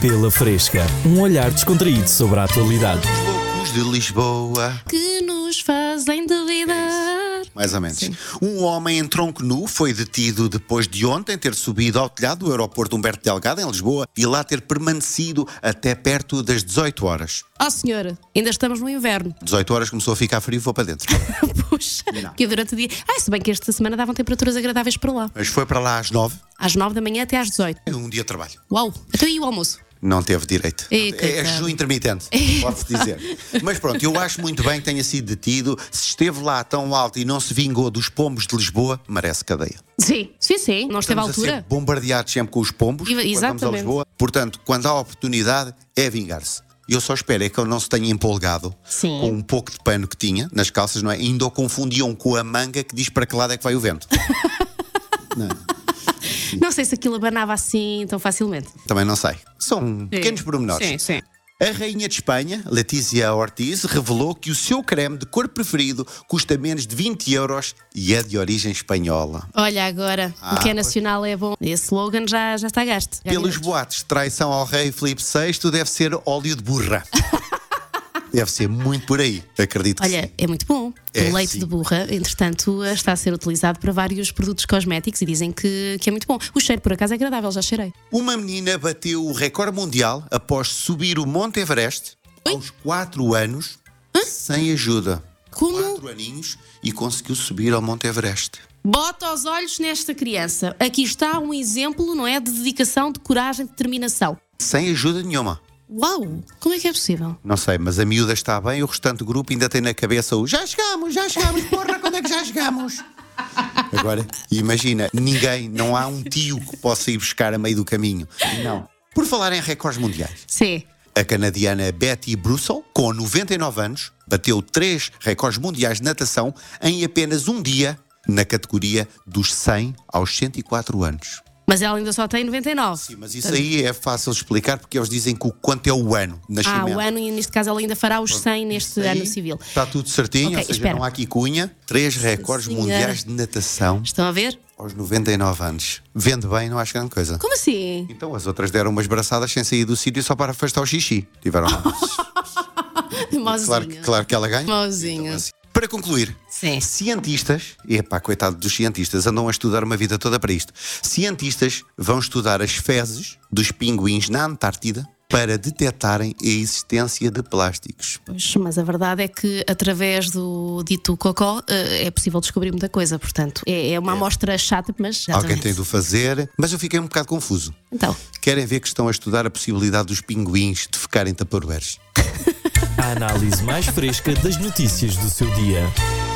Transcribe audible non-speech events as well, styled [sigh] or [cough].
Pela Fresca, um olhar descontraído sobre a atualidade. Loucos de Lisboa. que nos fazem duvidar. Mais ou menos. Um homem em tronco nu foi detido depois de ontem ter subido ao telhado do aeroporto Humberto Delgado, em Lisboa, e lá ter permanecido até perto das 18 horas. Oh senhora, ainda estamos no inverno. [laughs] 18 horas começou a ficar frio, vou para dentro. Puxa, que eu durante o dia. Ai, se bem que esta semana davam temperaturas agradáveis para lá. Mas foi para lá às 9, Às 9 da manhã até às 18. um dia de trabalho. Uau! Até aí o almoço. Não teve direito. Ei, é é coitado. jejum intermitente, pode-se dizer. Mas pronto, eu acho muito bem que tenha sido detido. Se esteve lá tão alto e não se vingou dos pombos de Lisboa, merece cadeia. Sim, sim, sim. Não Estamos assim. esteve à a altura. ser bombardeados sempre com os pombos E- quando vamos a exatamente. Lisboa. Portanto, quando há oportunidade, é vingar-se. Eu só espero é que eu não se tenha empolgado Sim. com um pouco de pano que tinha nas calças, não é? Ainda o confundiam com a manga que diz para que lado é que vai o vento. [laughs] Não sei se aquilo abanava assim tão facilmente. Também não sei. São pequenos Sim. pormenores. Sim, sim. A rainha de Espanha, Letícia Ortiz, revelou que o seu creme de cor preferido custa menos de 20 euros e é de origem espanhola. Olha agora, Ah, o que é nacional é bom. Esse slogan já, já está a gasto. Já Pelos direito. boatos de traição ao rei Filipe VI, deve ser óleo de burra. deve ser muito por aí, acredito que Olha, sim. é muito bom. É, o leite sim. de burra, entretanto, está a ser utilizado para vários produtos cosméticos e dizem que, que é muito bom. O cheiro, por acaso, é agradável, já cheirei. Uma menina bateu o recorde mundial após subir o Monte Everest Oi? aos 4 anos sem ajuda. Como? 4 aninhos e conseguiu subir ao Monte Everest. Bota os olhos nesta criança. Aqui está um exemplo, não é? De dedicação, de coragem, de determinação. Sem ajuda nenhuma. Uau! Como é que é possível? Não sei, mas a miúda está bem, o restante do grupo ainda tem na cabeça o já chegamos, já chegamos, porra, quando é que já chegamos? Agora, imagina, ninguém, não há um tio que possa ir buscar a meio do caminho. Não. Por falar em recordes mundiais, Sim. a canadiana Betty Brussel, com 99 anos, bateu três recordes mundiais de natação em apenas um dia, na categoria dos 100 aos 104 anos. Mas ela ainda só tem 99. Sim, mas isso aí é fácil de explicar porque eles dizem que o quanto é o ano de Ah, nascimento. o ano, e neste caso, ela ainda fará os 100 neste ano Aí civil. Está tudo certinho, Ok, ou seja, espera. não há aqui cunha. Três recordes senhora. mundiais de natação Estão a ver? aos 99 anos. Vendo bem, não acho grande coisa. Como assim? Então as outras deram umas braçadas sem sair do sítio só para afastar o xixi. Tiveram [laughs] lá. claro, que- Mauzinho. claro que ela ganha. Mauzinho. É. Então, assim. Para concluir, Sim. cientistas, epá, coitado dos cientistas, andam a estudar uma vida toda para isto. Cientistas vão estudar as fezes dos pinguins na Antártida para detectarem a existência de plásticos. Pois, mas a verdade é que através do dito cocó eh, é possível descobrir muita coisa, portanto. É, é uma amostra chata, mas. Alguém Exatamente. tem de o fazer, mas eu fiquei um bocado confuso. Então, Querem ver que estão a estudar a possibilidade dos pinguins de ficarem taparueres? A análise mais fresca das notícias do seu dia.